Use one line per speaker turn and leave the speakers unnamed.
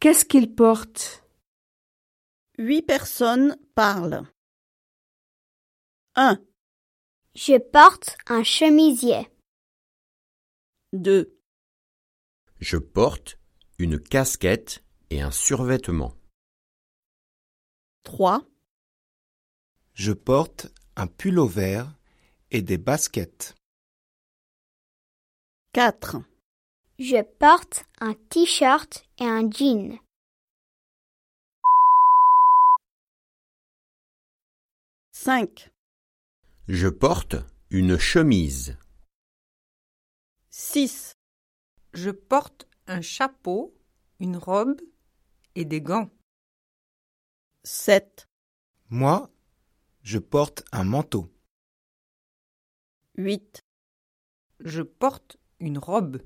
Qu'est-ce qu'il porte
Huit personnes parlent. 1,
Je porte un chemisier.
2,
Je porte une casquette et un survêtement.
3,
Je porte un pull vert et des baskets.
4,
Je porte un t-shirt et un jean.
cinq,
Je porte une chemise.
six,
Je porte un chapeau, une robe et des gants.
sept,
Moi, je porte un manteau.
huit,
Je porte une robe.